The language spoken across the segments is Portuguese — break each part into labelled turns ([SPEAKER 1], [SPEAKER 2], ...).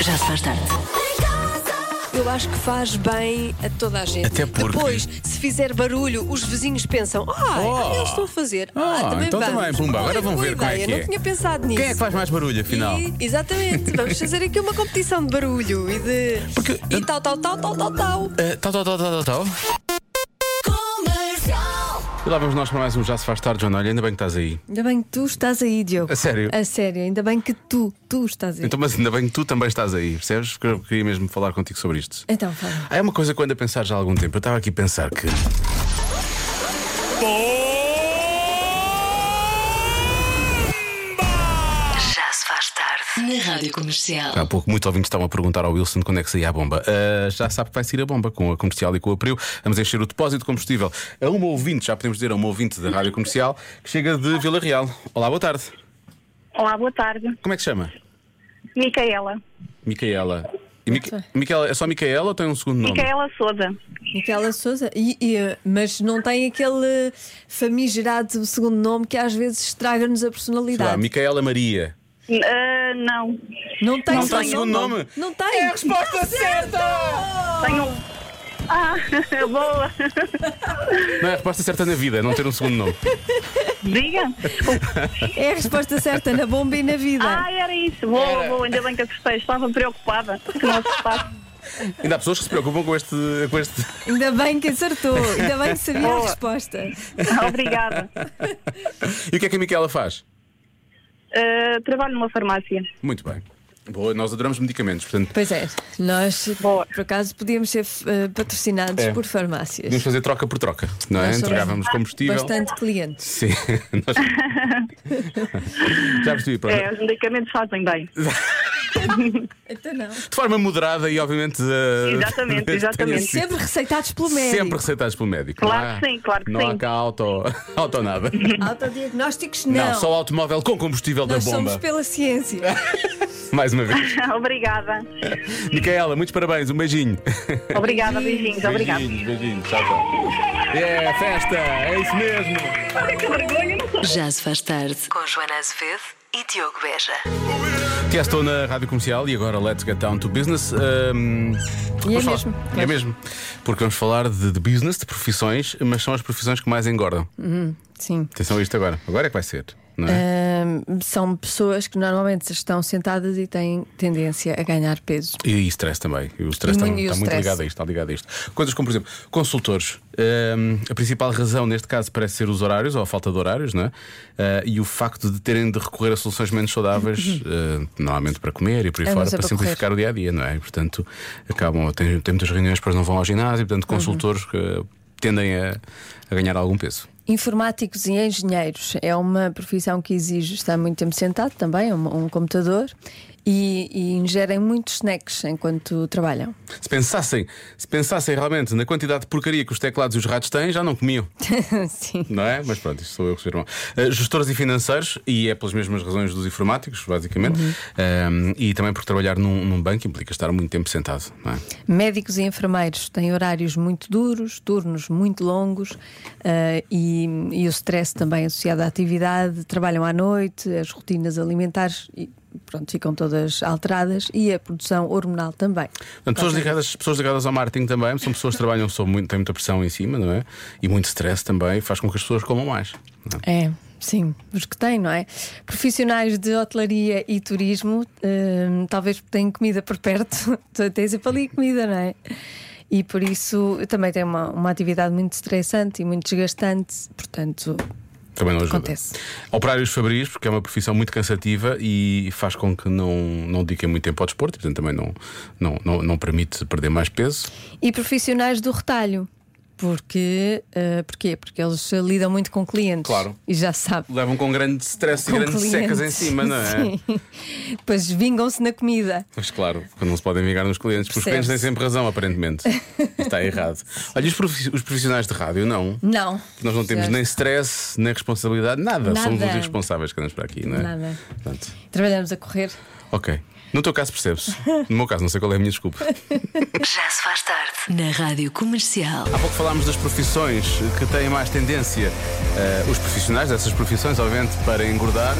[SPEAKER 1] Já se faz tarde.
[SPEAKER 2] Eu acho que faz bem a toda a gente.
[SPEAKER 3] Até porque-
[SPEAKER 2] Depois, se fizer barulho, os vizinhos pensam: ah,
[SPEAKER 3] Oh.
[SPEAKER 2] eles estão a fazer.
[SPEAKER 3] Ah, então
[SPEAKER 2] vamos."
[SPEAKER 3] também, pumba, agora
[SPEAKER 2] Olha,
[SPEAKER 3] vão
[SPEAKER 2] boa
[SPEAKER 3] ver como é
[SPEAKER 2] ideia,
[SPEAKER 3] que é.
[SPEAKER 2] Não tinha pensado nisso.
[SPEAKER 3] Quem é que faz mais barulho, afinal?
[SPEAKER 2] E- exatamente, vamos fazer aqui uma competição de barulho e de.
[SPEAKER 3] Porque-
[SPEAKER 2] E tal, tal, tal, tal, tal, tal.
[SPEAKER 3] Eh, Tal, tal, tal, tal, tal, tal. E lá vamos nós para mais um Já se faz tarde, Joana. Olha, ainda bem que estás aí.
[SPEAKER 2] Ainda bem que tu estás aí, Diogo.
[SPEAKER 3] A sério?
[SPEAKER 2] A sério, ainda bem que tu, tu estás aí.
[SPEAKER 3] Então, mas ainda bem que tu também estás aí, percebes? Porque eu queria mesmo falar contigo sobre isto.
[SPEAKER 2] Então, fala.
[SPEAKER 3] Há uma coisa que eu ando a pensar já há algum tempo. Eu estava aqui a pensar que.
[SPEAKER 1] Já se faz tarde. Na Rádio Comercial.
[SPEAKER 3] Há pouco, muitos ouvintes estavam a perguntar ao Wilson quando é que saía a bomba. Ah, já sabe que vai sair a bomba com a comercial e com o Abreu. Vamos encher o depósito de combustível a uma ouvinte, já podemos dizer, a uma ouvinte da rádio comercial, que chega de Vila Real. Olá, boa tarde.
[SPEAKER 4] Olá, boa tarde.
[SPEAKER 3] Como é que se chama?
[SPEAKER 4] Micaela.
[SPEAKER 3] Micaela. E Mi- Micaela, é só Micaela ou tem um segundo nome?
[SPEAKER 4] Micaela Souza.
[SPEAKER 2] Micaela Souza. E, e, mas não tem aquele famigerado segundo nome que às vezes estraga-nos a
[SPEAKER 3] Sei
[SPEAKER 2] personalidade.
[SPEAKER 3] lá, Micaela Maria.
[SPEAKER 4] N- ah, não.
[SPEAKER 2] Não tem
[SPEAKER 3] Não tem
[SPEAKER 2] segundo
[SPEAKER 3] segundo
[SPEAKER 2] nome.
[SPEAKER 3] nome.
[SPEAKER 2] Não tem. É a resposta certa!
[SPEAKER 4] Tenho. Ah, boa.
[SPEAKER 3] Não é a resposta certa na vida, não ter um segundo nome.
[SPEAKER 4] Diga.
[SPEAKER 2] É a resposta certa na bomba e na vida.
[SPEAKER 4] Ah, era isso. Boa,
[SPEAKER 3] Era.
[SPEAKER 4] boa. Ainda bem que acertei. Estava preocupada que não acertasse.
[SPEAKER 3] Ainda há pessoas que se preocupam com este. Com este...
[SPEAKER 2] Ainda bem que acertou, ainda bem que sabia a
[SPEAKER 4] Boa.
[SPEAKER 2] resposta.
[SPEAKER 4] Obrigada.
[SPEAKER 3] E o que é que a Micaela faz?
[SPEAKER 4] Ah, trabalho numa farmácia.
[SPEAKER 3] Muito bem. Boa, nós adoramos medicamentos, portanto,
[SPEAKER 2] Pois é, nós
[SPEAKER 4] Boa.
[SPEAKER 2] por acaso podíamos ser eh, patrocinados
[SPEAKER 3] É.
[SPEAKER 2] por farmácias.
[SPEAKER 3] podemos fazer troca por troca, não é?
[SPEAKER 2] Nós somos
[SPEAKER 3] Entregávamos combustível.
[SPEAKER 2] Bastante clientes.
[SPEAKER 3] Sim, nós... já percebi, pronto.
[SPEAKER 4] É, os medicamentos fazem bem.
[SPEAKER 2] Então não.
[SPEAKER 3] De forma moderada e, obviamente. eh,
[SPEAKER 4] Exatamente,
[SPEAKER 3] tenha
[SPEAKER 4] exatamente.
[SPEAKER 3] sido
[SPEAKER 2] Sempre receitados pelo médico.
[SPEAKER 3] Sempre receitados pelo médico.
[SPEAKER 4] Claro
[SPEAKER 3] não há-
[SPEAKER 4] que sim, claro que
[SPEAKER 3] não
[SPEAKER 4] sim.
[SPEAKER 3] há cá auto, auto nada.
[SPEAKER 2] Autodiagnósticos
[SPEAKER 3] Não.
[SPEAKER 2] não.
[SPEAKER 3] só automóvel com combustível
[SPEAKER 2] nós
[SPEAKER 3] da
[SPEAKER 2] somos
[SPEAKER 3] bomba.
[SPEAKER 2] pela ciência.
[SPEAKER 3] Mais uma vez.
[SPEAKER 4] Obrigada.
[SPEAKER 3] Micaela, muitos parabéns, um beijinho.
[SPEAKER 4] Obrigada, beijinhos. Obrigada.
[SPEAKER 3] Beijinhos, beijinhos, tchau, tchau. É, festa, é isso mesmo.
[SPEAKER 4] Que vergonha.
[SPEAKER 1] Já se faz tarde. Com Joana Azevedo e Diogo Beja.
[SPEAKER 3] Que é, estou na rádio comercial e agora let's get down to business. Ahm,
[SPEAKER 2] E é
[SPEAKER 3] vamos falar.
[SPEAKER 2] mesmo,
[SPEAKER 3] É
[SPEAKER 2] pois.
[SPEAKER 3] mesmo. Porque vamos falar de, de business, de profissões, mas são as profissões que mais engordam.
[SPEAKER 2] Sim.
[SPEAKER 3] Atenção a isto agora. Agora é que vai ser. Não é?
[SPEAKER 2] Ahm, são pessoas que normalmente estão sentadas e têm tendência a ganhar peso.
[SPEAKER 3] E stress também. E o
[SPEAKER 2] E
[SPEAKER 3] stress está,
[SPEAKER 2] muito- e o
[SPEAKER 3] está muito
[SPEAKER 2] stress.
[SPEAKER 3] ligado a isto, está ligado a isto. Coisas como, por exemplo, consultores. Ahm, a principal razão neste caso parece ser os horários, ou a falta de horários, não é? Ah, e o facto de terem de recorrer a soluções menos saudáveis, ah, normalmente para comer e por aí
[SPEAKER 2] É,
[SPEAKER 3] fora,
[SPEAKER 2] mas é para
[SPEAKER 3] para simplificar o dia a dia, não é? E, portanto, acabam, tem, tem muitas reuniões, depois não vão ao ginásio, portanto,
[SPEAKER 2] Uhum.
[SPEAKER 3] consultores que tendem a, a ganhar algum peso.
[SPEAKER 2] Informáticos e engenheiros é uma profissão que exige estar muito tempo sentado também, é um, um computador, e, e ingerem muitos snacks enquanto trabalham.
[SPEAKER 3] Se pensassem, se pensassem realmente na quantidade de porcaria que os teclados e os ratos têm, já não comiam.
[SPEAKER 2] Sim.
[SPEAKER 3] Não é? Mas pronto, isto sou eu que sou irmão. Uh, gestores e financeiros, e é pelas mesmas razões dos informáticos, basicamente. Um, e também porque trabalhar num, num banco implica estar muito tempo sentado, não é?
[SPEAKER 2] Médicos e enfermeiros têm horários muito duros, turnos muito longos ah, e, e o stress também associado à atividade. Trabalham à noite, as rotinas alimentares e, pronto, ficam todas alteradas e a produção hormonal também.
[SPEAKER 3] Portanto, pessoas, ligadas, pessoas ligadas ao marketing também, são pessoas que trabalham sob muito, têm muita pressão em cima, não é? E muito stress também, faz com que as pessoas comam mais. não é?
[SPEAKER 2] É, sim, os que têm, não é? Profissionais de hotelaria e turismo, hum, talvez porque têm comida por perto, têm sempre ali comida, não é? E por isso também tem uma, uma atividade muito estressante e muito desgastante, portanto,
[SPEAKER 3] Também não ajuda.
[SPEAKER 2] Acontece.
[SPEAKER 3] Operários fabris, porque é uma profissão muito cansativa e faz com que não, não dediquem muito tempo ao desporto, e, portanto também não, não, não, não permite perder mais peso.
[SPEAKER 2] E profissionais do retalho. Porque, eh, porquê? Porque eles lidam muito com clientes.
[SPEAKER 3] Claro.
[SPEAKER 2] E já sabe.
[SPEAKER 3] Levam com grande stress e
[SPEAKER 2] com
[SPEAKER 3] grandes secas em
[SPEAKER 2] clientes.
[SPEAKER 3] cima, não é?
[SPEAKER 2] Sim. Depois vingam-se na comida.
[SPEAKER 3] Pois claro, porque não se podem vingar nos clientes, porque os
[SPEAKER 2] Percebe-se.
[SPEAKER 3] clientes têm sempre razão, aparentemente. Está errado. Olha, os profi- os profissionais de rádio, não.
[SPEAKER 2] Não.
[SPEAKER 3] Nós não temos nem stress, nem responsabilidade, nada.
[SPEAKER 2] Nada.
[SPEAKER 3] Somos os irresponsáveis que andamos para aqui, não é?
[SPEAKER 2] Nada.
[SPEAKER 3] Portanto,
[SPEAKER 2] Trabalhamos a correr.
[SPEAKER 3] ok. No teu caso percebes. No meu caso, não sei qual é a minha desculpa.
[SPEAKER 1] Já se faz tarde. Na Rádio Comercial.
[SPEAKER 3] Há pouco falámos das profissões que têm mais tendência, eh, os profissionais dessas profissões, obviamente, para engordar.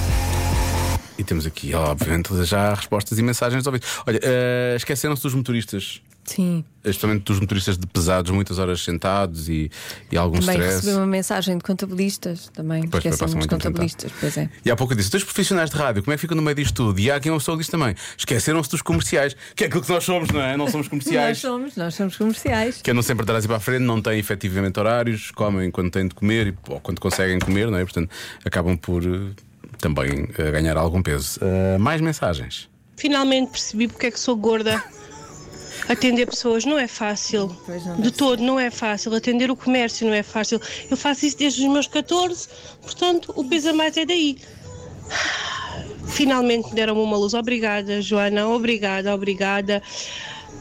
[SPEAKER 3] E temos aqui, obviamente, já respostas e mensagens dos ouvintes. Olha, eh, esqueceram-se dos motoristas.
[SPEAKER 2] Sim.
[SPEAKER 3] Especialmente é dos motoristas de pesados, muitas horas sentados e, e algum
[SPEAKER 2] Também
[SPEAKER 3] stress.
[SPEAKER 2] recebi uma mensagem de contabilistas também.
[SPEAKER 3] Pois,
[SPEAKER 2] Esquecemos
[SPEAKER 3] passam
[SPEAKER 2] dos
[SPEAKER 3] muito tempo
[SPEAKER 2] contabilistas, pois é.
[SPEAKER 3] E há pouco eu disse: dois profissionais de rádio, como é que ficam no meio disto tudo? E há aqui uma pessoa que diz também: esqueceram-se dos comerciais, que é aquilo que nós somos, não é? Não
[SPEAKER 2] Nós
[SPEAKER 3] somos comerciais.
[SPEAKER 2] somos, nós somos comerciais.
[SPEAKER 3] que andam sempre atrás e para a frente, não têm efetivamente horários, comem quando têm de comer e- ou quando conseguem comer, não é? Portanto, acabam por eh, também eh, ganhar algum peso. Eh, mais mensagens.
[SPEAKER 5] Finalmente percebi porque é que sou gorda. Atender pessoas não é fácil.
[SPEAKER 2] Pois não
[SPEAKER 5] de
[SPEAKER 2] deve
[SPEAKER 5] todo, não é fácil. Atender o comércio não é fácil. Eu faço isso desde os meus 14, portanto, o peso a mais é daí. Finalmente deram-me uma luz. Obrigada, Joana. Obrigada, obrigada.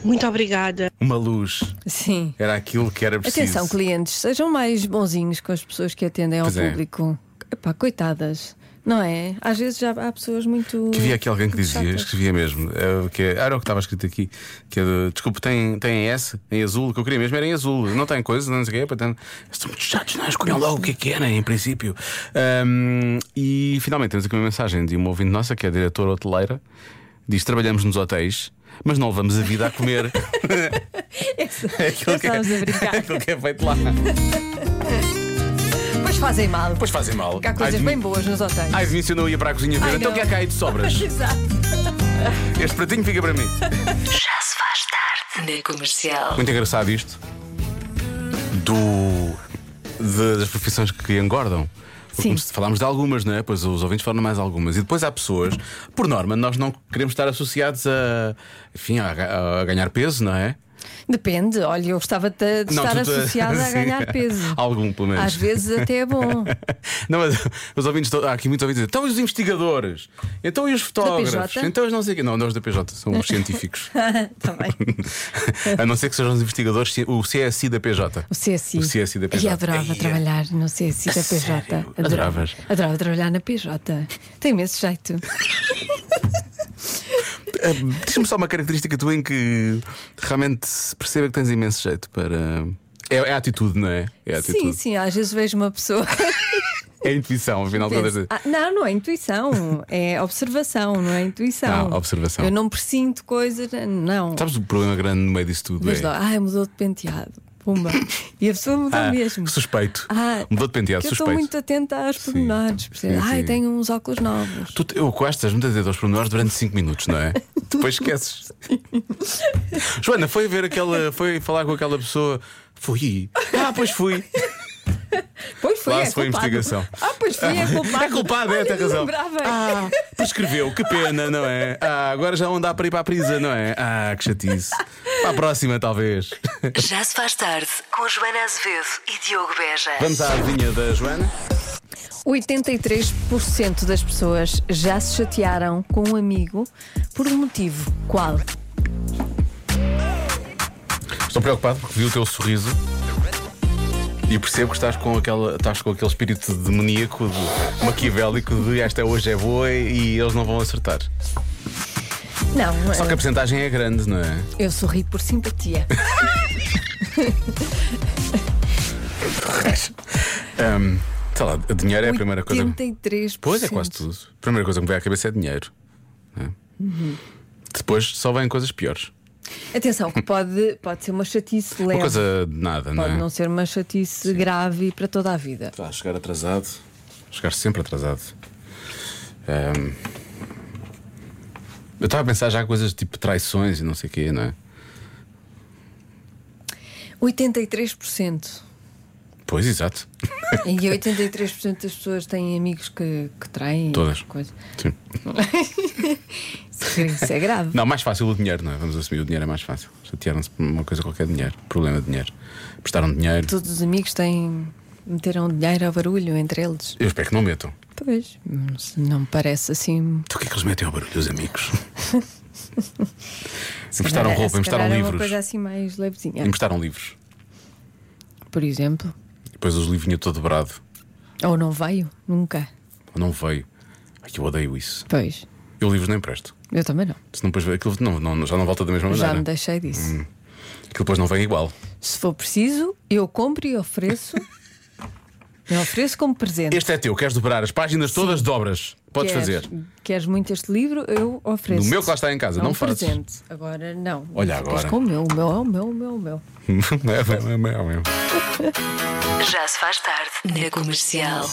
[SPEAKER 5] Muito obrigada.
[SPEAKER 3] Uma luz
[SPEAKER 2] Sim.
[SPEAKER 3] era aquilo que era preciso.
[SPEAKER 2] Atenção, clientes, sejam mais bonzinhos com as pessoas que atendem ao
[SPEAKER 3] Pois é.
[SPEAKER 2] público. Epá, coitadas, não é? Às vezes já há pessoas Hum, muito.
[SPEAKER 3] Que havia aqui alguém que dizia,
[SPEAKER 2] chatas.
[SPEAKER 3] escrevia mesmo, é, o que é- ah, era o que estava escrito aqui, que é de, desculpe, tem, tem S em azul, o que eu queria mesmo era em azul, não tem coisa, não sei o quê, portanto, estão muito chatos, não escolham logo o que é que querem, em princípio. Ahm, e finalmente temos aqui uma mensagem de uma ouvinte nossa, que é a diretora hoteleira, diz: trabalhamos nos hotéis, mas não levamos a vida a comer.
[SPEAKER 2] Essa-
[SPEAKER 3] É aquilo que é-
[SPEAKER 2] estávamos a
[SPEAKER 3] é
[SPEAKER 2] brincar.
[SPEAKER 3] aquilo que é feito lá.
[SPEAKER 2] Pois fazem mal.
[SPEAKER 3] Pois fazem mal.
[SPEAKER 2] Porque há coisas
[SPEAKER 3] Ai, de
[SPEAKER 2] bem
[SPEAKER 3] mim-
[SPEAKER 2] boas nos hotéis.
[SPEAKER 3] Ai, de mim, se eu não ia para a cozinha ver,
[SPEAKER 2] Ai,
[SPEAKER 3] então
[SPEAKER 2] não.
[SPEAKER 3] o que é que há aí de sobras?
[SPEAKER 2] Exato.
[SPEAKER 3] Este pratinho fica para mim.
[SPEAKER 1] Já se faz tarde na comercial.
[SPEAKER 3] Muito engraçado isto do de- das profissões que engordam. Porque
[SPEAKER 2] Sim.
[SPEAKER 3] como se- Falámos de algumas, não é? Pois os ouvintes falaram mais algumas. E depois há pessoas, por norma, nós não queremos estar associados a, enfim, a, ga- a ganhar peso, não é?
[SPEAKER 2] Depende, olha, eu gostava de, de
[SPEAKER 3] Não,
[SPEAKER 2] estar
[SPEAKER 3] tu- tu-
[SPEAKER 2] associada a
[SPEAKER 3] sim.
[SPEAKER 2] ganhar peso.
[SPEAKER 3] Algum, pelo menos.
[SPEAKER 2] Às vezes até é bom.
[SPEAKER 3] Não, mas os ouvintes, to- há aqui muitos ouvintes a dizer, então e os investigadores, então e os fotógrafos,
[SPEAKER 2] PJ?
[SPEAKER 3] então os não sei o quê. Não, não os da PJ, são os científicos.
[SPEAKER 2] Também.
[SPEAKER 3] a não ser que sejam os investigadores, o CSI da PJ.
[SPEAKER 2] O CSI.
[SPEAKER 3] O CSI da PJ.
[SPEAKER 2] E adorava
[SPEAKER 3] Ia.
[SPEAKER 2] trabalhar no CSI da PJ.
[SPEAKER 3] sério?
[SPEAKER 2] Adorava.
[SPEAKER 3] Adoravas?
[SPEAKER 2] Adorava trabalhar na PJ. Tem imenso jeito.
[SPEAKER 3] Diz-me só uma característica tua em que realmente se perceba que tens imenso jeito para. É, é a atitude, não é? É a
[SPEAKER 2] Sim,
[SPEAKER 3] atitude.
[SPEAKER 2] sim, às vezes vejo uma pessoa.
[SPEAKER 3] É a intuição, afinal de
[SPEAKER 2] Penso,
[SPEAKER 3] contas.
[SPEAKER 2] "Ah, não, não é intuição, é observação, não é intuição.
[SPEAKER 3] Ah, observação. Tá
[SPEAKER 2] Eu não presinto coisas, não.
[SPEAKER 3] Sabes o problema grande no meio disso tudo?
[SPEAKER 2] Mas
[SPEAKER 3] é...
[SPEAKER 2] lá, ai, mudou de penteado. Pumba. E a pessoa mudou
[SPEAKER 3] Ah,
[SPEAKER 2] mesmo.
[SPEAKER 3] Suspeito.
[SPEAKER 2] Ah,
[SPEAKER 3] Mudou de penteado,
[SPEAKER 2] que eu estou
[SPEAKER 3] suspeito.
[SPEAKER 2] muito atenta aos pormenores. percebe?
[SPEAKER 3] sim,
[SPEAKER 2] Ai,
[SPEAKER 3] sim.
[SPEAKER 2] tenho uns óculos novos.
[SPEAKER 3] Tu, eu com estas muitas vezes aos pormenores durante 5 minutos, não é? Depois esqueces. Joana, foi ver aquela. Foi falar com aquela pessoa. Fui. Ah, pois fui.
[SPEAKER 2] Pois foi,
[SPEAKER 3] Lá
[SPEAKER 2] é
[SPEAKER 3] se foi a
[SPEAKER 2] culpado.
[SPEAKER 3] investigação.
[SPEAKER 2] Ah, pois foi, é culpado.
[SPEAKER 3] É culpado, é,
[SPEAKER 2] Olha,
[SPEAKER 3] tem
[SPEAKER 2] não
[SPEAKER 3] razão.
[SPEAKER 2] lembrava.
[SPEAKER 3] Ah, prescreveu, que pena, não é? Ah, agora já não dá para ir para a prisa, não é? Ah, que chatice. Para a próxima, talvez.
[SPEAKER 1] Já se faz tarde com Joana Azevedo e Diogo Beja.
[SPEAKER 3] Vamos à adivinha da Joana.
[SPEAKER 2] 83% das pessoas já se chatearam com um amigo por um motivo. Qual?
[SPEAKER 3] Estou preocupado porque vi o teu sorriso e percebo que estás com, aquela, estás com aquele espírito demoníaco, de, maquiavélico de esta hoje é boa e eles não vão acertar.
[SPEAKER 2] Não,
[SPEAKER 3] Só que a porcentagem é grande, não é?
[SPEAKER 2] eu sorri por simpatia.
[SPEAKER 3] Ahm, sei lá, dinheiro é a primeira coisa.
[SPEAKER 2] 83%.
[SPEAKER 3] Pois é, quase tudo. A primeira coisa que me vem à cabeça é dinheiro. né? Depois só vêm coisas piores.
[SPEAKER 2] Atenção, que pode, pode ser uma chatice leve.
[SPEAKER 3] Uma coisa de nada, não
[SPEAKER 2] Pode
[SPEAKER 3] é?
[SPEAKER 2] não ser uma chatice grave para toda a vida.
[SPEAKER 3] Vá, chegar atrasado. Chegar sempre atrasado. Ahm, Eu estava a pensar já coisas tipo traições e não sei o quê, não é?
[SPEAKER 2] 83%.
[SPEAKER 3] Pois, exato.
[SPEAKER 2] E 83% das pessoas têm amigos que, que traem.
[SPEAKER 3] Todas.
[SPEAKER 2] Coisas.
[SPEAKER 3] Sim.
[SPEAKER 2] Isso é grave.
[SPEAKER 3] Não, mais fácil o dinheiro, não é? Vamos assumir, o dinheiro é mais fácil. Chatearam-se por uma coisa qualquer, dinheiro. Problema de dinheiro. Prestaram dinheiro.
[SPEAKER 2] Todos os amigos têm. meteram dinheiro ao barulho entre eles.
[SPEAKER 3] Eu espero que não metam.
[SPEAKER 2] Pois, não se- não me parece assim.
[SPEAKER 3] Então o que é que eles metem ao barulho, os amigos? emprestaram
[SPEAKER 2] Era-
[SPEAKER 3] roupa,
[SPEAKER 2] se calhar
[SPEAKER 3] emprestaram
[SPEAKER 2] É uma
[SPEAKER 3] livros.
[SPEAKER 2] coisa assim mais levezinha.
[SPEAKER 3] Emprestaram livros.
[SPEAKER 2] Por exemplo.
[SPEAKER 3] E Depois os livrinhos todo dobrado.
[SPEAKER 2] Ou não veio? Nunca.
[SPEAKER 3] Ou não veio. Ai, que eu odeio isso.
[SPEAKER 2] Pois,
[SPEAKER 3] Eu livros não empresto.
[SPEAKER 2] eu também não.
[SPEAKER 3] Se não depois vem aquilo, não, não- já não Hum. volta da mesma
[SPEAKER 2] Já
[SPEAKER 3] maneira.
[SPEAKER 2] me deixei disso.
[SPEAKER 3] Aquilo depois não vem igual.
[SPEAKER 2] Se for preciso, eu compro e ofereço Eu ofereço como presente.
[SPEAKER 3] Este é teu, queres dobrar as páginas todas, dobras. Podes
[SPEAKER 2] queres,
[SPEAKER 3] fazer.
[SPEAKER 2] Queres muito este livro? Eu ofereço.
[SPEAKER 3] No meu que lá está em casa,
[SPEAKER 2] é
[SPEAKER 3] não
[SPEAKER 2] um
[SPEAKER 3] fazes.
[SPEAKER 2] presente. Agora não.
[SPEAKER 3] Olha
[SPEAKER 2] Ficas
[SPEAKER 3] agora.
[SPEAKER 2] Com o meu, o meu é o meu, o meu, o meu.
[SPEAKER 3] É, é, é, é, é.
[SPEAKER 1] Já se faz tarde na comercial.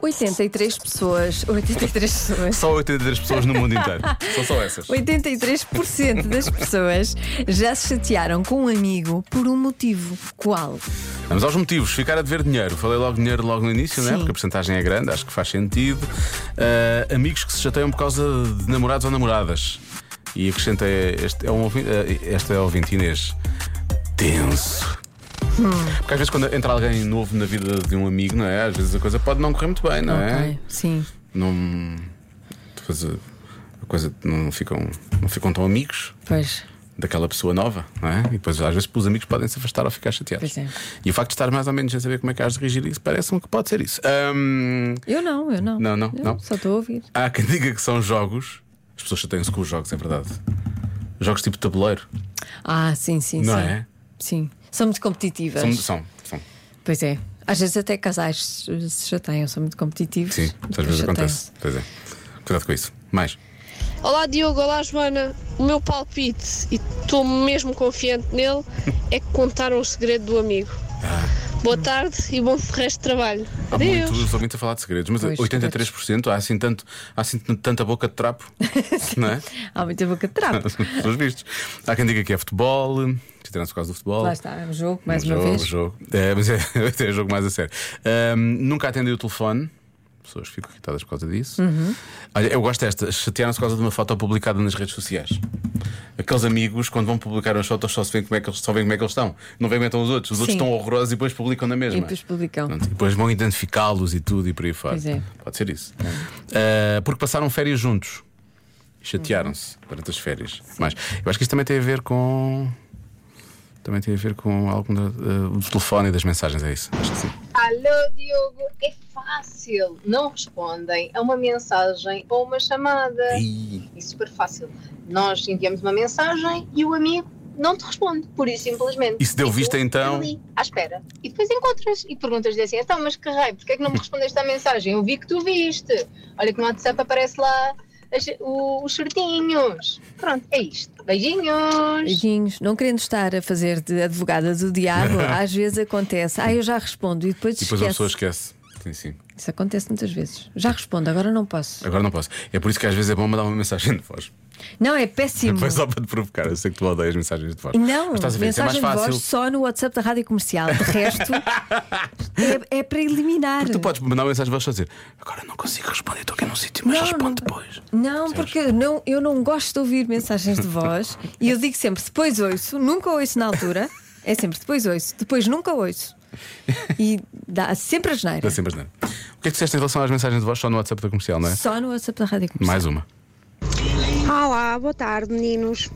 [SPEAKER 2] 83 pessoas. 83 pessoas.
[SPEAKER 3] Só 83 pessoas no mundo inteiro. São só essas.
[SPEAKER 2] 83% das pessoas já se chatearam com um amigo por um motivo. Qual?
[SPEAKER 3] Vamos aos motivos. Ficar a dever dinheiro. Falei logo dinheiro logo no início, né?
[SPEAKER 2] Sim.
[SPEAKER 3] Porque a porcentagem é grande, acho que faz sentido. Ah, amigos que se chateiam por causa de namorados ou namoradas. E acrescentei, este é um, ouvi- ah, esta é o ouvinte Inês. Tenso.
[SPEAKER 2] Hum.
[SPEAKER 3] Porque às vezes, quando entra alguém novo na vida de um amigo, não é? Às vezes a coisa pode não correr muito bem, não é?
[SPEAKER 2] Ok, Sim.
[SPEAKER 3] Não. Depois a a coisa não ficam, não ficam tão amigos
[SPEAKER 2] Pois.
[SPEAKER 3] daquela pessoa nova, não é? E depois às vezes os amigos podem se afastar ou ficar chateados.
[SPEAKER 2] Pois é.
[SPEAKER 3] E o facto de estar mais ou menos sem saber como é que has de reagir a isso parece-me que pode ser isso. Ahm,
[SPEAKER 2] Eu não, eu não.
[SPEAKER 3] Não, não,
[SPEAKER 2] Eu
[SPEAKER 3] não.
[SPEAKER 2] Só estou a ouvir.
[SPEAKER 3] há quem diga que são jogos, as pessoas chateiam-se com os jogos, é verdade. Jogos tipo tabuleiro,
[SPEAKER 2] Ah, sim, sim,
[SPEAKER 3] não
[SPEAKER 2] sim.
[SPEAKER 3] é?
[SPEAKER 2] Sim. São muito competitivas.
[SPEAKER 3] São, são, são.
[SPEAKER 2] Pois é. Às vezes até casais eh, se chateiam, são muito competitivos.
[SPEAKER 3] Sim, às vezes
[SPEAKER 2] Chateiam-se.
[SPEAKER 3] acontece. Pois é. Cuidado com isso. Mais.
[SPEAKER 5] Olá Diogo, olá Joana. O meu palpite, e estou mesmo confiante nele, é que contaram o segredo do amigo. Boa tarde e bom resto de trabalho.
[SPEAKER 3] Há
[SPEAKER 5] Adeus.
[SPEAKER 3] muitos ouvintes a falar de segredos, mas
[SPEAKER 2] Pois,
[SPEAKER 3] 83% há assim, tanto, há assim tanta boca de trapo, não é?
[SPEAKER 2] Há muita boca de trapo.
[SPEAKER 3] Pelos vistos. Há quem diga que é futebol, chateiam-se por causa do futebol.
[SPEAKER 2] Lá está, é um jogo, mais
[SPEAKER 3] Um
[SPEAKER 2] uma
[SPEAKER 3] jogo,
[SPEAKER 2] vez.
[SPEAKER 3] jogo. É, mas é, é jogo mais a sério. Ahm, nunca atendi o telefone. Pessoas ficam irritadas por causa disso.
[SPEAKER 2] Uhum.
[SPEAKER 3] Olha, eu gosto desta. Chatearam-se por causa de uma foto publicada nas redes sociais. Aqueles amigos, quando vão publicar umas fotos, só se vêem como é que eles, só veem como é que eles estão. Não veem como é que estão os outros. Os outros
[SPEAKER 2] Sim.
[SPEAKER 3] estão horrorosos e depois publicam na mesma.
[SPEAKER 2] E depois publicam.
[SPEAKER 3] Pronto, e depois vão identificá-los e tudo e por aí fora.
[SPEAKER 2] Pois é.
[SPEAKER 3] Pode ser isso. Ah, porque passaram férias juntos. E Chatearam-se
[SPEAKER 2] Uhum.
[SPEAKER 3] durante as férias. Mas eu acho que isto também tem a ver com. Também tem a ver com algum da- ah, do telefone e das mensagens, é isso? Acho que sim.
[SPEAKER 6] Alô, Diogo, é fácil. Não respondem a uma mensagem ou uma chamada.
[SPEAKER 3] Ih,
[SPEAKER 6] É super fácil. Nós enviamos uma mensagem e o amigo não te responde, por isso simplesmente.
[SPEAKER 3] E se deu
[SPEAKER 6] E tu
[SPEAKER 3] vista, então?
[SPEAKER 6] ali, à espera. E depois encontras e perguntas-lhe assim: então, mas que raio, porquê é que não me respondeste à mensagem? Eu vi que tu viste. Olha que no WhatsApp aparece lá as- o- os certinhos. Pronto, é isto. Beijinhos.
[SPEAKER 2] Beijinhos. Não querendo estar a fazer de advogada do diabo, às vezes acontece. Ah, eu já respondo e depois,
[SPEAKER 3] E depois a
[SPEAKER 2] esquece.
[SPEAKER 3] pessoa esquece. Sim, sim.
[SPEAKER 2] Isso acontece muitas vezes. Já respondo, agora não posso.
[SPEAKER 3] Agora não posso. É por isso que às vezes é bom mandar uma mensagem de voz.
[SPEAKER 2] Não, é péssimo.
[SPEAKER 3] Foi só para te provocar. Eu sei que tu odeias mensagens de voz.
[SPEAKER 2] Não,
[SPEAKER 3] Mas estás a ver, isso é mais
[SPEAKER 2] mensagem de
[SPEAKER 3] fácil.
[SPEAKER 2] voz só no WhatsApp da Rádio Comercial. De resto, é, é para eliminar.
[SPEAKER 3] Porque tu podes mandar uma mensagem de voz só dizer agora não consigo responder, estou aqui num sítio, mas
[SPEAKER 2] Não,
[SPEAKER 3] respondo
[SPEAKER 2] não.
[SPEAKER 3] depois.
[SPEAKER 2] Não, porque não, eu não gosto de ouvir mensagens de voz e eu digo sempre depois ouço, nunca ouço na altura. É sempre depois ouço, depois nunca ouço. E dá sempre a geneira.
[SPEAKER 3] Dá sempre asneira. O que é que disseste em relação às mensagens de voz só no WhatsApp da comercial, não é?
[SPEAKER 2] Só no WhatsApp da Rádio Comercial.
[SPEAKER 3] Mais uma.
[SPEAKER 7] Olá, boa tarde, meninos.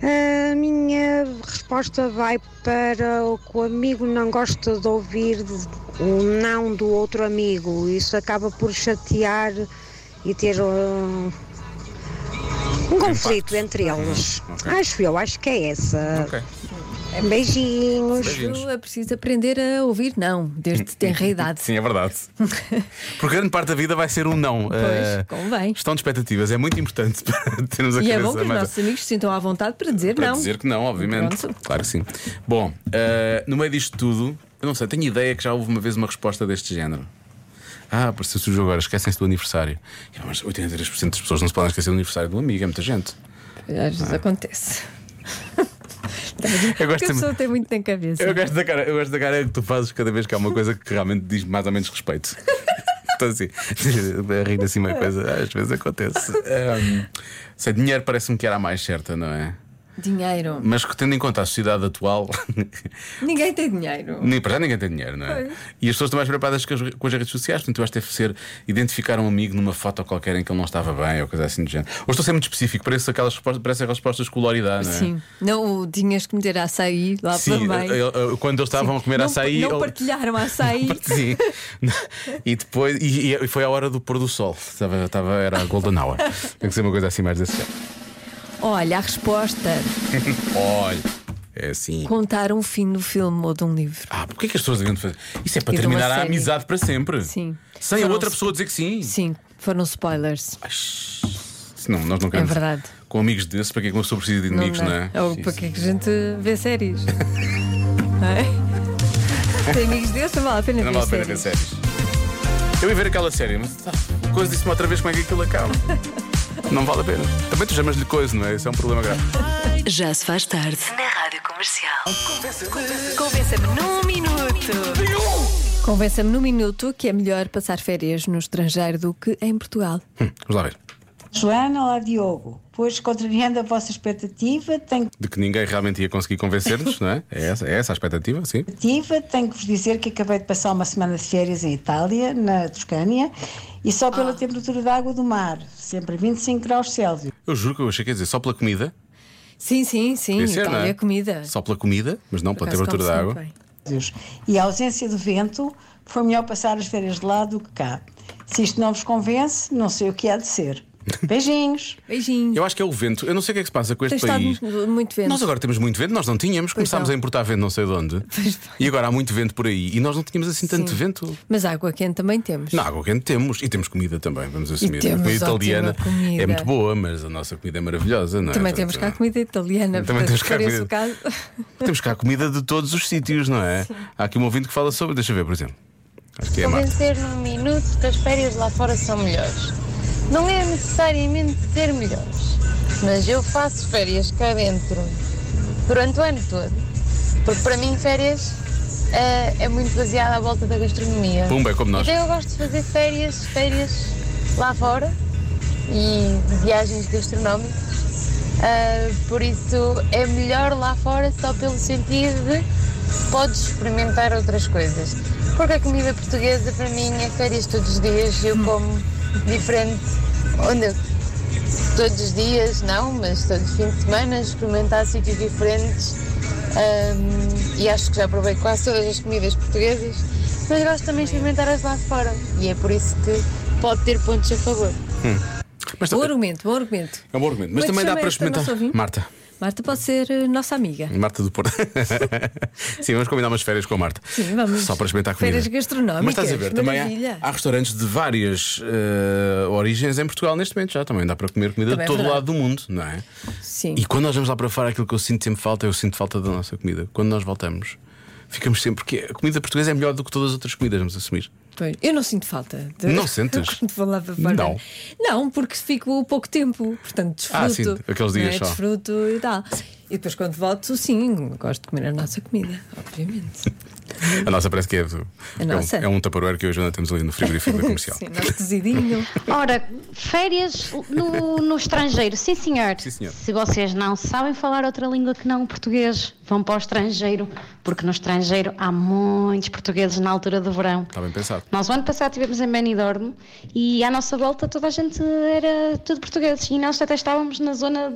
[SPEAKER 7] A minha resposta vai para o que o amigo não gosta de ouvir o não do outro amigo. Isso acaba por chatear e ter um, um conflito entre eles.
[SPEAKER 3] Uhum, ok.
[SPEAKER 7] Acho eu, acho que é
[SPEAKER 2] Ah.
[SPEAKER 7] essa.
[SPEAKER 3] Ok.
[SPEAKER 7] Beijinhos.
[SPEAKER 3] Beijinhos.
[SPEAKER 2] Eu é preciso aprender a ouvir não, desde que tenra idade.
[SPEAKER 3] Sim, é verdade. Porque grande parte da vida vai ser um não. Eh,
[SPEAKER 2] Pois, convém.
[SPEAKER 3] Estão de expectativas, é muito importante para termos a
[SPEAKER 2] E é
[SPEAKER 3] cabeça
[SPEAKER 2] bom que os
[SPEAKER 3] mais-
[SPEAKER 2] nossos amigos se sintam à vontade para dizer
[SPEAKER 3] Para
[SPEAKER 2] não.
[SPEAKER 3] dizer que não, obviamente.
[SPEAKER 2] Pronto.
[SPEAKER 3] Claro que sim. Bom, eh, no meio disto tudo, eu não sei, tenho ideia que já houve uma vez uma resposta deste género. Ah, apareceu-se o jogo agora, esquecem-se do aniversário. Ah, Mas 83% das pessoas não se podem esquecer do aniversário do amigo, é muita gente.
[SPEAKER 2] Às vezes acontece.
[SPEAKER 3] é? Eu
[SPEAKER 2] Porque
[SPEAKER 3] gosto
[SPEAKER 2] a
[SPEAKER 3] também-
[SPEAKER 2] pessoa tem muito na cabeça.
[SPEAKER 3] Eu gosto, da cara, eu gosto da cara é que tu fazes cada vez que há uma coisa que realmente diz mais ou menos respeito. Estou assim, a rir assim uma coisa, às vezes acontece. Ahm, sei, dinheiro parece-me que era a mais certa, não é?
[SPEAKER 2] Dinheiro.
[SPEAKER 3] Mas que tendo em conta a sociedade atual,
[SPEAKER 2] Ninguém tem dinheiro.
[SPEAKER 3] nem para já ninguém tem dinheiro, não é? E as pessoas estão mais preocupadas com as, com as redes sociais, portanto, eu acho que deve ser identificar um amigo numa foto qualquer em que ele não estava bem ou coisa assim do género. Ou estou a ser muito específico, parece aquelas respostas, parece aquelas respostas que o Lori dá, não é?
[SPEAKER 2] Sim. Não o tinhas que meter açaí lá
[SPEAKER 3] Sim,
[SPEAKER 2] também.
[SPEAKER 3] eu- eu- quando eles estavam a comer
[SPEAKER 2] não,
[SPEAKER 3] açaí.
[SPEAKER 2] Não
[SPEAKER 3] eu-
[SPEAKER 2] partilharam açaí.
[SPEAKER 3] Sim. E depois e, e foi a hora do pôr do sol. Estava, estava, era a Golden Hour. Tem que ser uma coisa assim mais desse género.
[SPEAKER 2] Olha, a resposta
[SPEAKER 3] Olha, É assim.
[SPEAKER 2] Contar um fim do filme ou de um livro.
[SPEAKER 3] Ah, porquê que as pessoas deviam fazer? Isso é para
[SPEAKER 2] E de uma
[SPEAKER 3] terminar a
[SPEAKER 2] série.
[SPEAKER 3] amizade para sempre.
[SPEAKER 2] Sim.
[SPEAKER 3] Sem a
[SPEAKER 2] Foram-
[SPEAKER 3] outra pessoa dizer que sim.
[SPEAKER 2] Sim, foram spoilers.
[SPEAKER 3] Isso Não, nós não queremos.
[SPEAKER 2] verdade.
[SPEAKER 3] Com amigos desses, para que é que uma pessoa precisa de inimigos, não, é?
[SPEAKER 2] Ou
[SPEAKER 3] Sim,
[SPEAKER 2] para
[SPEAKER 3] sim.
[SPEAKER 2] que é que a gente vê séries? Não é? Tem amigos desses, não vale a pena
[SPEAKER 3] Não
[SPEAKER 2] ver
[SPEAKER 3] vale a pena
[SPEAKER 2] séries.
[SPEAKER 3] ver séries. Eu ia ver aquela série, mas tá, coisa disse-me outra vez como é que aquilo acaba. não vale a pena. Também tu chamas-lhe coisa, não é? Isso é um problema grave.
[SPEAKER 1] Já se faz tarde na Rádio Comercial. Convença-me num minuto.
[SPEAKER 2] Convença-me num minuto que é melhor passar férias no estrangeiro do que em Portugal.
[SPEAKER 3] Hum, Vamos lá ver.
[SPEAKER 7] Joana, olá Diogo. Pois, contrariando a vossa expectativa, tenho,
[SPEAKER 3] De que ninguém realmente ia conseguir convencer-nos, não é? É essa, é essa a expectativa, sim.
[SPEAKER 7] expectativa, tenho que vos dizer que acabei de passar uma semana de férias em Itália, na Toscânia, e só pela temperatura da água do mar, sempre a 25 graus Celsius.
[SPEAKER 3] Eu juro que eu achei que ia dizer só pela comida.
[SPEAKER 2] Sim, sim, sim.
[SPEAKER 3] Ia ser, não
[SPEAKER 2] Itália,
[SPEAKER 3] é?
[SPEAKER 2] comida.
[SPEAKER 3] Só pela comida, mas não
[SPEAKER 2] Por
[SPEAKER 3] pela
[SPEAKER 2] acaso
[SPEAKER 3] temperatura da
[SPEAKER 2] come
[SPEAKER 3] água.
[SPEAKER 2] sempre bem.
[SPEAKER 7] E a ausência do vento, foi melhor passar as férias de lá do que cá. Se isto não vos convence, não sei o que há de ser. Beijinhos!
[SPEAKER 2] Beijinho.
[SPEAKER 3] Eu acho que é o vento. Eu não sei o que é que se passa com
[SPEAKER 2] Tem
[SPEAKER 3] este
[SPEAKER 2] estado
[SPEAKER 3] país.
[SPEAKER 2] muito- muito vento.
[SPEAKER 3] Nós agora temos muito vento, nós não tínhamos.
[SPEAKER 2] Pois
[SPEAKER 3] Começámos
[SPEAKER 2] não.
[SPEAKER 3] a importar vento não sei de onde. E agora há muito vento por aí. E nós não tínhamos assim tanto
[SPEAKER 2] Sim.
[SPEAKER 3] vento.
[SPEAKER 2] Mas água quente também temos.
[SPEAKER 3] Na água quente temos. E temos comida também, vamos assumir.
[SPEAKER 2] temos
[SPEAKER 3] a comida
[SPEAKER 2] ótima
[SPEAKER 3] italiana
[SPEAKER 2] comida.
[SPEAKER 3] é muito boa, mas a nossa comida é maravilhosa, não é?
[SPEAKER 2] Também temos cá comida italiana.
[SPEAKER 3] Também temos
[SPEAKER 2] portanto,
[SPEAKER 3] cá
[SPEAKER 2] por esse
[SPEAKER 3] comida.
[SPEAKER 2] o caso.
[SPEAKER 3] Temos cá comida de todos os sítios, não é? Há aqui um ouvinte que fala sobre. Deixa eu ver, por exemplo. Acho que é a Marta.
[SPEAKER 6] convencer num minuto que as férias lá fora são melhores. Não é necessariamente ter melhores, mas eu faço férias cá dentro durante o ano todo, porque para mim férias eh, é muito baseada à volta da gastronomia.
[SPEAKER 3] Pumba, é como nós.
[SPEAKER 6] Então eu gosto de fazer férias, férias lá fora e viagens gastronómicas. Ah, por isso é melhor lá fora só pelo sentido de podes experimentar outras coisas. Porque a comida portuguesa para mim é férias todos os dias, eu como diferente onde eu- todos os dias não, mas todos os fins de semana experimentar sítios diferentes Ahm, e acho que já provei quase todas as comidas portuguesas, mas gosto também de experimentar as lá de fora e é por isso que pode ter pontos a favor.
[SPEAKER 3] Mas
[SPEAKER 2] Bom
[SPEAKER 3] também-
[SPEAKER 2] argumento, bom argumento.
[SPEAKER 3] É um bom argumento. Mas
[SPEAKER 2] Como é que
[SPEAKER 3] também dá
[SPEAKER 2] chama
[SPEAKER 3] para
[SPEAKER 2] esta nossa
[SPEAKER 3] experimentar.
[SPEAKER 2] ouvinte?
[SPEAKER 3] Marta.
[SPEAKER 2] Marta pode ser eh, nossa amiga.
[SPEAKER 3] Marta do Porto. Sim, vamos combinar umas férias com a Marta.
[SPEAKER 2] Sim, vamos.
[SPEAKER 3] Só para experimentar comida.
[SPEAKER 2] Férias gastronómicas,
[SPEAKER 3] Mas estás a ver, também
[SPEAKER 2] maravilha.
[SPEAKER 3] há, há restaurantes de várias eh, origens em Portugal neste momento já. Também dá para comer comida
[SPEAKER 2] Também é
[SPEAKER 3] de todo o
[SPEAKER 2] verdade.
[SPEAKER 3] lado do mundo, não é?
[SPEAKER 2] Sim.
[SPEAKER 3] E quando nós vamos lá para fora, aquilo que eu sinto sempre falta, eu sinto falta da nossa comida. Quando nós voltamos, ficamos sempre. Porque a comida portuguesa é melhor do que todas as outras comidas, vamos assumir.
[SPEAKER 2] Pois, eu não sinto falta. de-
[SPEAKER 3] Não sentes?
[SPEAKER 2] Quando vou lá para fora.
[SPEAKER 3] Não.
[SPEAKER 2] Não, porque fico pouco tempo. Portanto, desfruto.
[SPEAKER 3] Ah, sim, aqueles dias
[SPEAKER 2] não é?
[SPEAKER 3] só.
[SPEAKER 2] Desfruto e tal. E depois, quando volto, sim, gosto de comer a nossa comida, obviamente.
[SPEAKER 3] A nossa parece que é. do-
[SPEAKER 2] A
[SPEAKER 3] é,
[SPEAKER 2] nossa?
[SPEAKER 3] Um, é um tupperware que eu e a Joana temos ali no frigorífico da comercial.
[SPEAKER 2] Sim, nosso cozidinho.
[SPEAKER 8] Ora, férias no, no estrangeiro, sim senhor.
[SPEAKER 3] Sim, senhor.
[SPEAKER 8] Se vocês não sabem falar outra língua que não o português, vão para o estrangeiro, porque no estrangeiro há muitos portugueses na altura do verão.
[SPEAKER 3] Está Tá bem pensado.
[SPEAKER 8] Nós o ano passado estivemos em Benidorm e à nossa volta toda a gente era tudo portugueses e nós até estávamos na zona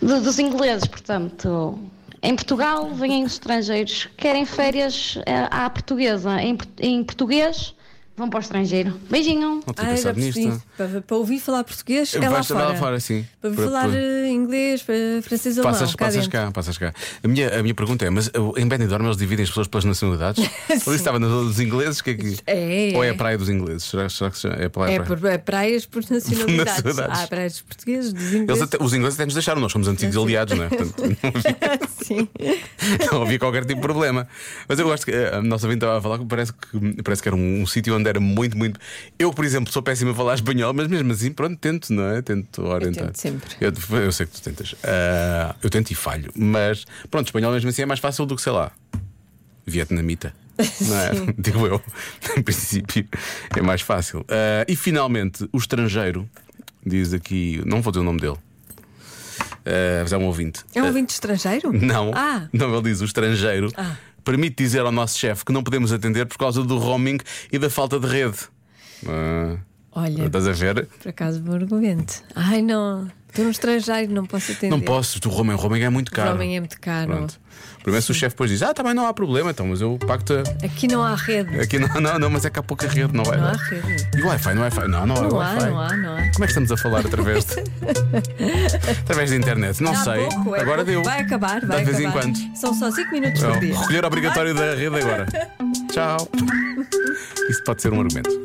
[SPEAKER 8] de, de- dos ingleses, portanto... Em Portugal vêm os estrangeiros, querem férias eh, à portuguesa. Em, port- em português vão para o estrangeiro. Beijinho!
[SPEAKER 3] Não tinha
[SPEAKER 2] Ah, já
[SPEAKER 3] pensado
[SPEAKER 2] percebi.
[SPEAKER 3] nisto.
[SPEAKER 2] Para, para ouvir falar português, é
[SPEAKER 3] Vais
[SPEAKER 2] lá
[SPEAKER 3] também
[SPEAKER 2] fora.
[SPEAKER 3] lá fora, sim.
[SPEAKER 2] Para ouvir
[SPEAKER 3] Para-
[SPEAKER 2] falar
[SPEAKER 3] para-
[SPEAKER 2] eh, inglês, para francês, alemão.
[SPEAKER 3] Passas,
[SPEAKER 2] cá
[SPEAKER 3] passas
[SPEAKER 2] dentro.
[SPEAKER 3] cá, passas cá. A minha, a minha pergunta é: mas uh, em Benidorm eles dividem as pessoas pelas nacionalidades? Ou isso estava na zona dos ingleses? Que é que...
[SPEAKER 2] É.
[SPEAKER 3] Ou é a praia dos ingleses? Será, será que se chama- é a praia?
[SPEAKER 2] É por é praias por nacionalidades.
[SPEAKER 3] Nacionalidades.
[SPEAKER 2] Há praias portuguesas, dos ingleses.
[SPEAKER 3] Eles até- os ingleses até nos deixaram, nós somos antigos aliados, não é? Portanto, não havia-
[SPEAKER 2] Sim.
[SPEAKER 3] não havia qualquer tipo de problema. Mas eu gosto que eh, a nossa vinda estava a falar que parece que, parece que era um, um sítio onde era muito, muito. Eu, por exemplo, sou péssimo a falar espanhol, mas mesmo assim, pronto, tento, não é? Tento orientar.
[SPEAKER 2] tento sempre.
[SPEAKER 3] Eu, eu sei que tu tentas. Ah, eu tento e falho, mas pronto, espanhol mesmo assim é mais fácil do que, sei lá, vietnamita. Não é? Digo eu, em princípio é mais fácil. Ah, e finalmente, o estrangeiro diz aqui, não vou dizer o nome dele, ah, mas é um ouvinte.
[SPEAKER 2] É um
[SPEAKER 3] Ah,
[SPEAKER 2] ouvinte estrangeiro?
[SPEAKER 3] não.
[SPEAKER 2] Ah,
[SPEAKER 3] Não, ele diz o estrangeiro. Permite dizer ao nosso chefe que não podemos atender por causa do roaming e da falta de rede. Ah,
[SPEAKER 2] Olha.
[SPEAKER 3] Estás a ver?
[SPEAKER 2] Por acaso, me argumento. Ai, não. Estou no estrangeiro, não posso atender.
[SPEAKER 3] Não posso, tu Roman, Roman é muito caro.
[SPEAKER 2] Roaming é muito caro.
[SPEAKER 3] Pronto. Primeiro se o chefe depois diz: Ah, também não há problema, então, mas eu pacto.
[SPEAKER 2] Aqui não há rede.
[SPEAKER 3] Aqui não, não, não, mas é que há pouca rede, não é?
[SPEAKER 2] Não há rede.
[SPEAKER 3] E o Wi-Fi, não é Wi-Fi? Não, não, é
[SPEAKER 2] Não há,
[SPEAKER 3] Wi-Fi.
[SPEAKER 2] não há, não há.
[SPEAKER 3] Como é que estamos a falar através de, através de internet? Não
[SPEAKER 2] Há
[SPEAKER 3] sei.
[SPEAKER 2] pouco, é
[SPEAKER 3] agora
[SPEAKER 2] pouco.
[SPEAKER 3] deu.
[SPEAKER 2] Vai acabar, vai
[SPEAKER 3] de vez
[SPEAKER 2] acabar.
[SPEAKER 3] em quando.
[SPEAKER 2] São só 5 minutos
[SPEAKER 3] É
[SPEAKER 2] por
[SPEAKER 3] o
[SPEAKER 2] dia.
[SPEAKER 3] recolher obrigatório da rede agora. Tchau. Isso pode ser um argumento.